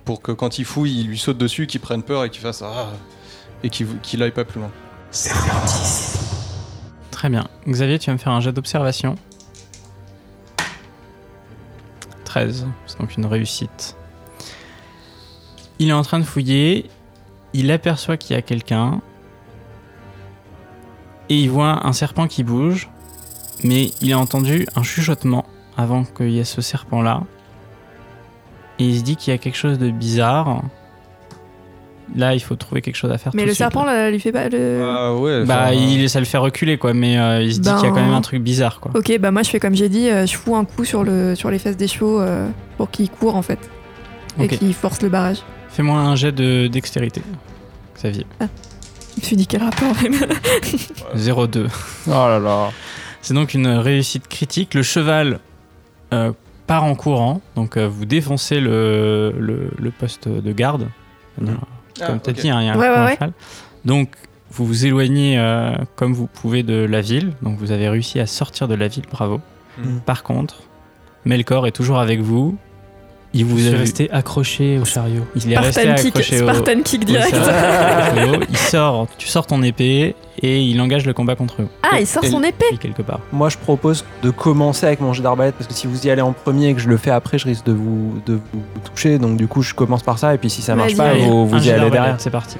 pour que quand il fouille, il lui saute dessus, qu'il prenne peur et qu'il fasse ah et qu'il qu'il aille pas plus loin.
Très bien. Xavier, tu vas me faire un jet d'observation. 13, c'est donc une réussite. Il est en train de fouiller, il aperçoit qu'il y a quelqu'un, et il voit un serpent qui bouge, mais il a entendu un chuchotement avant qu'il y ait ce serpent-là, et il se dit qu'il y a quelque chose de bizarre. Là, il faut trouver quelque chose à faire.
Mais
tout
le
de suite,
serpent,
là.
là, lui fait pas le.
Ah
Euh,
ouais.
Bah,
enfin,
il, ça le fait reculer, quoi, mais euh, il se dit
Ben-
qu'il y a quand même un truc bizarre, quoi.
Ok, bah moi je fais comme j'ai dit, euh, je fous un coup sur, le, sur les fesses des chevaux euh, pour qu'ils courent en fait.
Ok.
Et qu'ils forcent le barrage.
Fais-moi un jet de dextérité, Xavier.
Je me suis dit quel rapport même.
0,2.
Oh là là.
C'est donc une réussite critique. Le cheval euh, part en courant, donc euh, vous défoncez le, le- le poste de garde.
Mhm.
ah,
Comme t'as
ok.
dit, hein, il y a un
Ouais,
coup
ouais,
à
ouais.
cheval. Donc, vous vous éloignez euh, comme vous pouvez de la ville. Donc, vous avez réussi à sortir de la ville, bravo.
Mm.
Mm.
Mhm.
Par contre, Melkor est toujours avec vous. Il vous
Je
a
suis
vu-
resté accroché au chariot.
Il est resté
Spartan kick,
accroché au,
Spartan kick
Oui,
direct. *laughs*
ça, c'est chaud. il sort, tu sors ton épée et il engage le combat contre eux,
Ah, il sort son épée.
lui, quelque part.
Moi, je propose de commencer avec mon jet d'arbalète parce que si vous y allez en premier et que je le fais après, je risque de vous, de vous toucher. Donc, du coup, je commence par ça. Et puis, si ça marche
Vas-y,
pas,
allez.
vous, vous
Un
y
jet
allez
d'arbalète,
derrière.
C'est parti.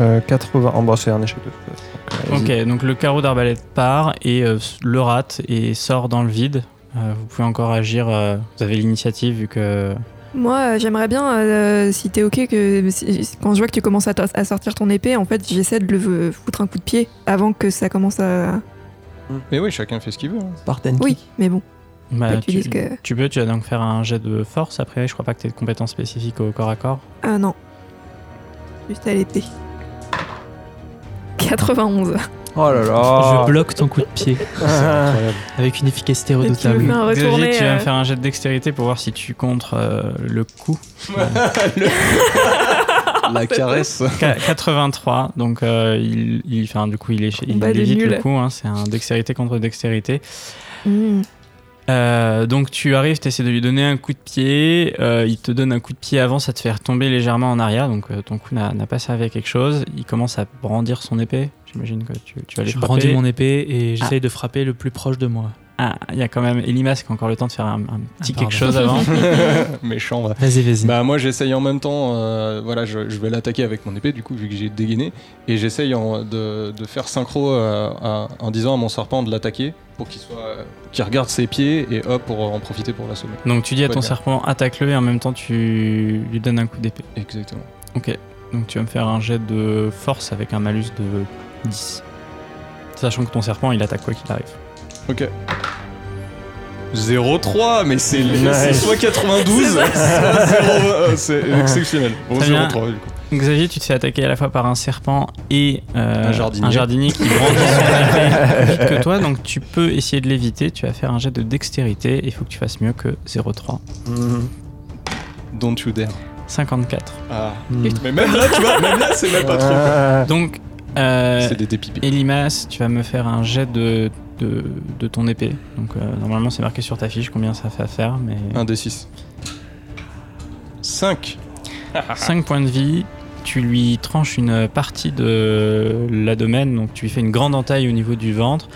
Euh, 80. En bas, c'est un échec de. Donc,
Ok,
vas-y.
donc le carreau d'arbalète part et euh, le rate et sort dans le vide. Euh, vous pouvez encore agir, euh, vous avez l'initiative vu que.
Moi euh, j'aimerais bien, euh, si t'es ok, que si- quand je vois que tu commences à, to- à sortir ton épée, en fait j'essaie de le foutre un coup de pied avant que ça commence à.
Mais oui, chacun fait ce qu'il veut. hein.
Spartan
Oui,
kick.
mais bon,
Bah,
pas que tu dises que.
tu peux, tu vas donc faire un jet de force après. Je crois pas que tu aies de compétences spécifiques au corps à corps.
Ah non. Juste à l'épée. 91.
Oh là là.
Je
*laughs*
bloque ton coup de pied
*laughs*
avec une efficacité
Et tu me fais
redoutable.
un
Xavier,
retourné.
tu vas me
euh,
faire un jet de dextérité pour voir si tu contres euh, le coup.
La caresse.
Qua- 83, donc euh, il, il, enfin, du coup il, est, il
Combat des
évite le
nuls.
coup, hein, c'est un dextérité contre dextérité.
hmm.
Euh, donc tu arrives, tu essaies de lui donner un coup de pied, euh, il te donne un coup de pied avant, ça te fait tomber légèrement en arrière, donc euh, ton coup n'a n'a pas servi à quelque chose. Il commence à brandir son épée, j'imagine que tu, tu vas les
Je
frapper.
brandis mon épée et j'essaye de frapper le plus proche de moi.
Ah, il y a quand même Elimas qui a encore le temps de faire un, un petit
Ah, pardon.
quelque chose avant.
Méchant, va.
*laughs* Vas-y, vas-y.
Bah moi j'essaye en même temps, euh, voilà je, je vais l'attaquer avec mon épée du coup vu que j'ai dégainé et j'essaye en- de, de faire synchro euh, à- en disant à mon serpent de l'attaquer pour qu'il soit euh, qu'il regarde ses pieds et hop pour en profiter pour l'assommer.
donc tu dis à ton
Ouais, bien.
serpent attaque-le et en même temps tu lui donnes un coup d'épée.
Exactement.
Ok, donc tu vas me faire un jet de force avec un malus de 10. Sachant que ton serpent il attaque quoi qu'il arrive.
Ok. 0,3 mais c'est c'est soit 92 soit 0, euh, c'est exceptionnel. Bon
Ah. Très bien.
0,3 du coup.
Xavier, tu te fais attaquer à la fois par un serpent et euh,
Un jardinier. *laughs*
qui grandit son épée plus vite que toi, donc tu peux essayer de l'éviter. Tu vas faire un jet de dextérité et il faut que tu fasses mieux que 0,3.
Mm.
Don't you dare.
54.
Ah. Mais même là tu vois, même là c'est même pas trop. quoi.
Donc, euh,
C'est des dépipés.
Elimas, tu vas me faire un jet de, de, de ton épée. Donc, euh, normalement, c'est marqué sur ta fiche combien ça fait à faire, mais.
1 des 6. 5.
5
Ah.
points de vie, tu lui tranches une partie de l'abdomen, donc tu lui fais une grande entaille au niveau du ventre,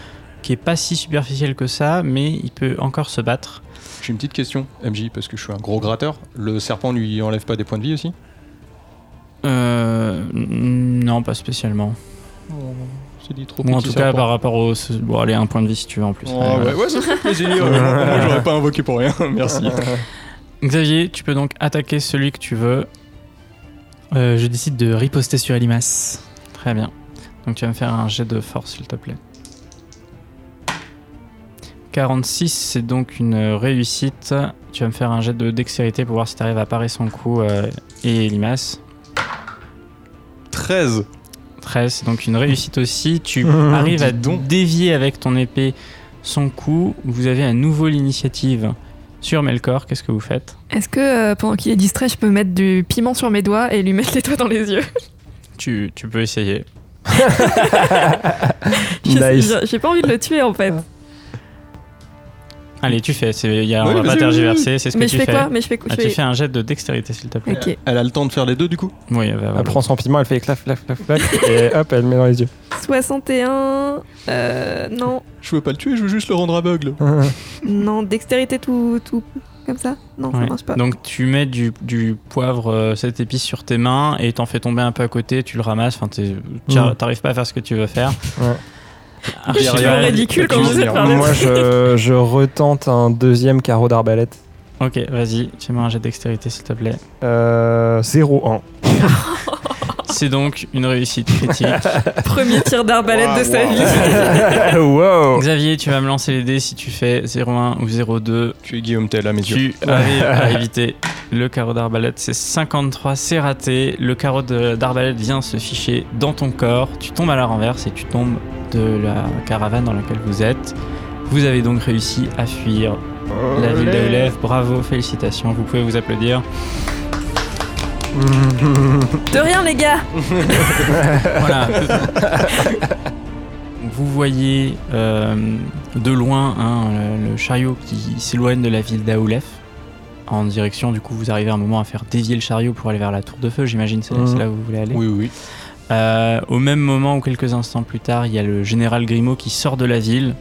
qui est pas si superficielle que ça, mais il peut encore se battre.
J'ai une petite question, MJ, parce que je suis un gros gratteur. Le serpent lui enlève pas des points de vie aussi
Euh, n- non, pas spécialement.
C'est dit trop
Ou en
petit
tout cas, bah,
serpent.
par rapport au. ce- Bon, allez, un point de vie si tu veux en plus.
Oh,
Allez, voilà.
ouais, ouais, ça fait
*laughs*
plaisir. Moi, j'aurais pas invoqué pour rien. Merci.
Xavier, tu peux donc attaquer celui que tu veux.
Euh, je décide de riposter sur Elimas.
Très bien. Donc tu vas me faire un jet de force, s'il te plaît. 46, c'est donc une réussite. Tu vas me faire un jet de dextérité pour voir si tu arrives à parer son coup euh, et Limas.
13.
13, c'est donc une réussite aussi.
*laughs*
Tu
Mmh,
arrives à
Oh, dis donc.
dévier avec ton épée son coup. Vous avez à nouveau l'initiative sur Melkor. Qu'est-ce que vous faites
Est-ce que euh, pendant qu'il est distrait, je peux mettre du piment sur mes doigts et lui mettre les doigts dans les yeux *laughs*
tu, tu peux essayer.
Je-
Nice.
je- J'ai pas envie de le tuer en fait.
Allez, tu fais. c'est- Il y a,
Oui,
on va pas
vas-y,
tergiverser. C'est ce
Mais
que
je
tu
fais
fais.
quoi Mais je fais quoi
Ah,
Je
tu
fais-
fais un jet de dextérité, s'il te plaît.
Ok,
Elle a le temps de faire les deux, du coup
Oui, elle va avoir
*laughs* Elle prend son piment, elle fait claf, claf, claf, claf, et hop, elle le met dans les yeux.
61. Euh, non,
Je veux pas le tuer, je veux juste le rendre aveugle.
non, dextérité tout, tout comme ça Non, ça
Ouais.
marche pas.
Donc tu mets du, du poivre, euh, cette épice sur tes mains et t'en fais tomber un peu à côté, tu le ramasses, enfin t'es- t'ar-
Mm.
t'arrives pas à faire ce que tu veux faire.
Ouais.
Je suis
Archibald-
ridicule quand
tu
vous
veux
êtes
dire,
parlé.
Moi, je, je retente un deuxième carreau d'arbalète.
Ok, vas-y, tu mets un jet de dextérité s'il te plaît.
Euh, 0-1.
C'est donc une réussite
*laughs*
critique.
Premier tir d'arbalète de sa vie.
*laughs*
Oh.
wow
Xavier, tu vas me lancer les dés si tu fais 0,1 ou 0,2.
Tu es Guillaume Tell à mes yeux.
Tu arrives à éviter le carreau d'arbalète, c'est 53, c'est raté. Le carreau de- d'arbalète vient se ficher dans ton corps. Tu tombes à la renverse et tu tombes de la caravane dans laquelle vous êtes. Vous avez donc réussi à fuir la ville d'Aulève. Bravo, félicitations, vous pouvez vous applaudir.
De rien, les gars
Voilà. *laughs* vous voyez euh, de loin hein, le, le chariot qui s'éloigne de la ville d'Aoulef. En direction, du coup, vous arrivez un moment à faire dévier le chariot pour aller vers la tour de feu, j'imagine, c'est
Mhm.
c'est là où vous voulez aller.
Oui, oui.
Euh, au même moment ou quelques instants plus tard, il y a le général Grimaud qui sort de la ville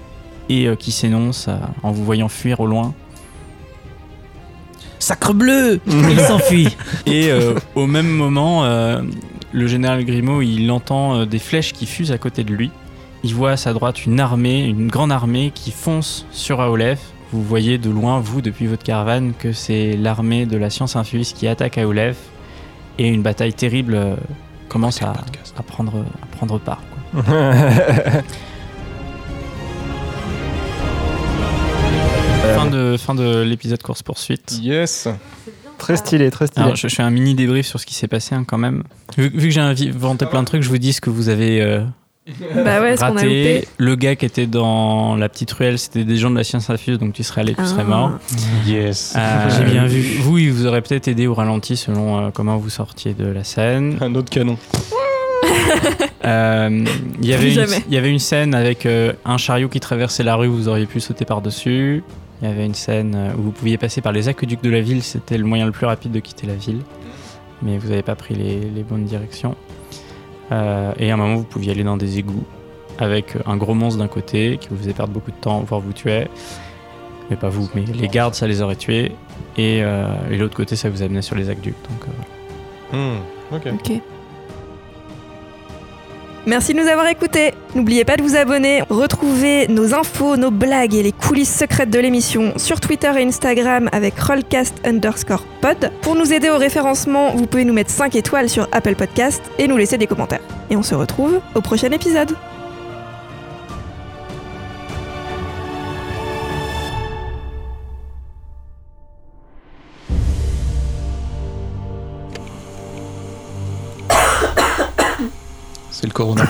et euh, qui s'énonce euh, en vous voyant fuir au loin.
Sacre bleu
*laughs*
Il s'enfuit
Et euh, au même moment, euh, le général Grimaud, il entend euh, des flèches qui fusent à côté de lui. Il voit à sa droite une armée, une grande armée qui fonce sur Aolef. Vous voyez de loin, vous, depuis votre caravane, que c'est l'armée de la science infuse qui attaque Aolef. Et une bataille terrible euh, commence à, à prendre, à prendre part. quoi.
Euh,
Fin de, fin de l'épisode course-poursuite.
Mm.
Yes.
*laughs* Très stylé, très stylé.
Alors, je, je fais un mini débrief sur ce qui s'est passé hein, quand même. Vu, vu que j'ai inventé plein de trucs, je vous dis ce que vous avez euh,
Bah ouais, ce qu'on a
raté.
loupé.
Le gars qui était dans la petite ruelle, c'était des gens de la science infuse, donc tu serais allé, tu serais
Ah.
mort.
Yes.
Euh,
J'ai bien vu.
Vous, il vous aurait peut-être aidé au ralenti selon euh, comment vous sortiez de la scène.
Un autre canon.
Euh, Il y, avait
Plus
une-
jamais.
il y avait une scène avec euh, un chariot qui traversait la rue, vous auriez pu sauter par-dessus. Il y avait une scène euh, où vous pouviez passer par les aqueducs de la ville, c'était le moyen le plus rapide de quitter la ville. Mais vous n'avez pas pris les, les bonnes directions. Euh, et à un moment, vous pouviez aller dans des égouts avec euh, un gros monstre d'un côté qui vous faisait perdre beaucoup de temps, voire vous tuait. Mais pas vous, mais les gardes, ça les aurait tués. Et, euh, et l'autre côté, ça vous amenait sur les aqueducs. Donc, euh,
Hmm. Ok.
Ok. Merci de nous avoir écoutés. N'oubliez pas de vous abonner. Retrouvez nos infos, nos blagues et les coulisses secrètes de l'émission sur Twitter et Instagram avec Rollcast underscore pod. Pour nous aider au référencement, vous pouvez nous mettre 5 étoiles sur Apple Podcast et nous laisser des commentaires. Et on se retrouve au prochain épisode.
C'est le corona.